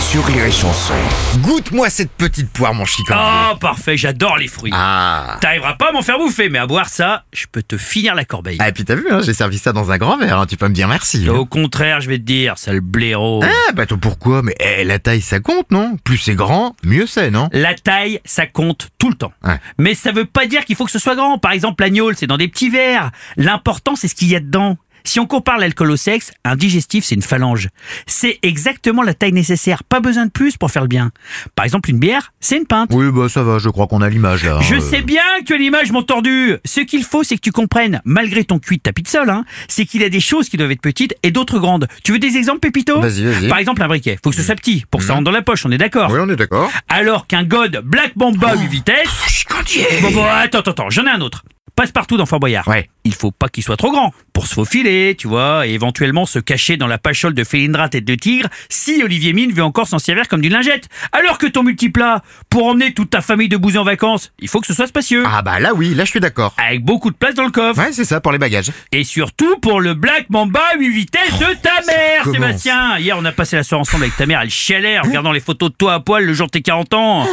sur Rire et Chanson. Goûte-moi cette petite poire, mon chicandier. Oh, parfait, j'adore les fruits. Ah. T'arriveras pas à m'en faire bouffer, mais à boire ça, je peux te finir la corbeille. Ah, et puis t'as vu, hein, j'ai servi ça dans un grand verre, hein, tu peux me dire merci. Au contraire, je vais te dire, sale blaireau. Ah, bah toi, pourquoi Mais eh, la taille, ça compte, non Plus c'est grand, mieux c'est, non La taille, ça compte tout le temps. Ouais. Mais ça veut pas dire qu'il faut que ce soit grand. Par exemple, l'agnole, c'est dans des petits verres. L'important, c'est ce qu'il y a dedans. Si on compare l'alcool au sexe, un digestif, c'est une phalange. C'est exactement la taille nécessaire, pas besoin de plus pour faire le bien. Par exemple, une bière, c'est une pinte. Oui, bah ça va, je crois qu'on a l'image, là. hein, Je euh. sais bien que tu as l'image, mon tordu. Ce qu'il faut, c'est que tu comprennes, malgré ton cuit de tapis de sol, hein, c'est qu'il y a des choses qui doivent être petites et d'autres grandes. Tu veux des exemples, Pépito Vas-y, vas-y. Mhm. Par exemple, un briquet. Faut que ce soit petit, pour que ça rentre dans la poche, on est d'accord. Oui, Oh. on est d'accord. Alors qu'un god Black Bomba 8 vitesses. Chicandier Bon, bon, attends, attends, attends, j'en ai un autre. Passe partout dans Fort Boyard. Eh, Ouais. Il faut pas qu'il soit trop grand pour se faufiler, tu vois, et éventuellement se cacher dans la pachole de Félindra tête de tigre si Olivier Mine veut encore s'en servir comme d'une lingette. Alors que ton multiplat, pour emmener toute ta famille de bousées en vacances, il faut que ce soit spacieux Ah, bah là, oui, là, je suis d'accord. avec beaucoup de place dans le coffre. Ouais, c'est ça, pour les bagages. Et surtout pour le Black Mamba 8 vitesses de ta mère, commence. Sébastien. Hier, on a passé la soirée ensemble avec ta mère. Elle chialait en regardant les photos de toi à poil le jour de tes 40 ans.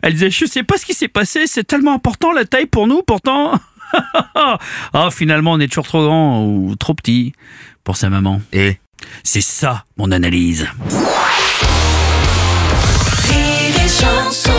Elle disait, je sais pas ce qui s'est passé, c'est tellement important la taille pour nous, pourtant. Ah, finalement, on est toujours trop grand ou trop petit pour sa maman. Et C'est ça, mon analyse. Rire et chanson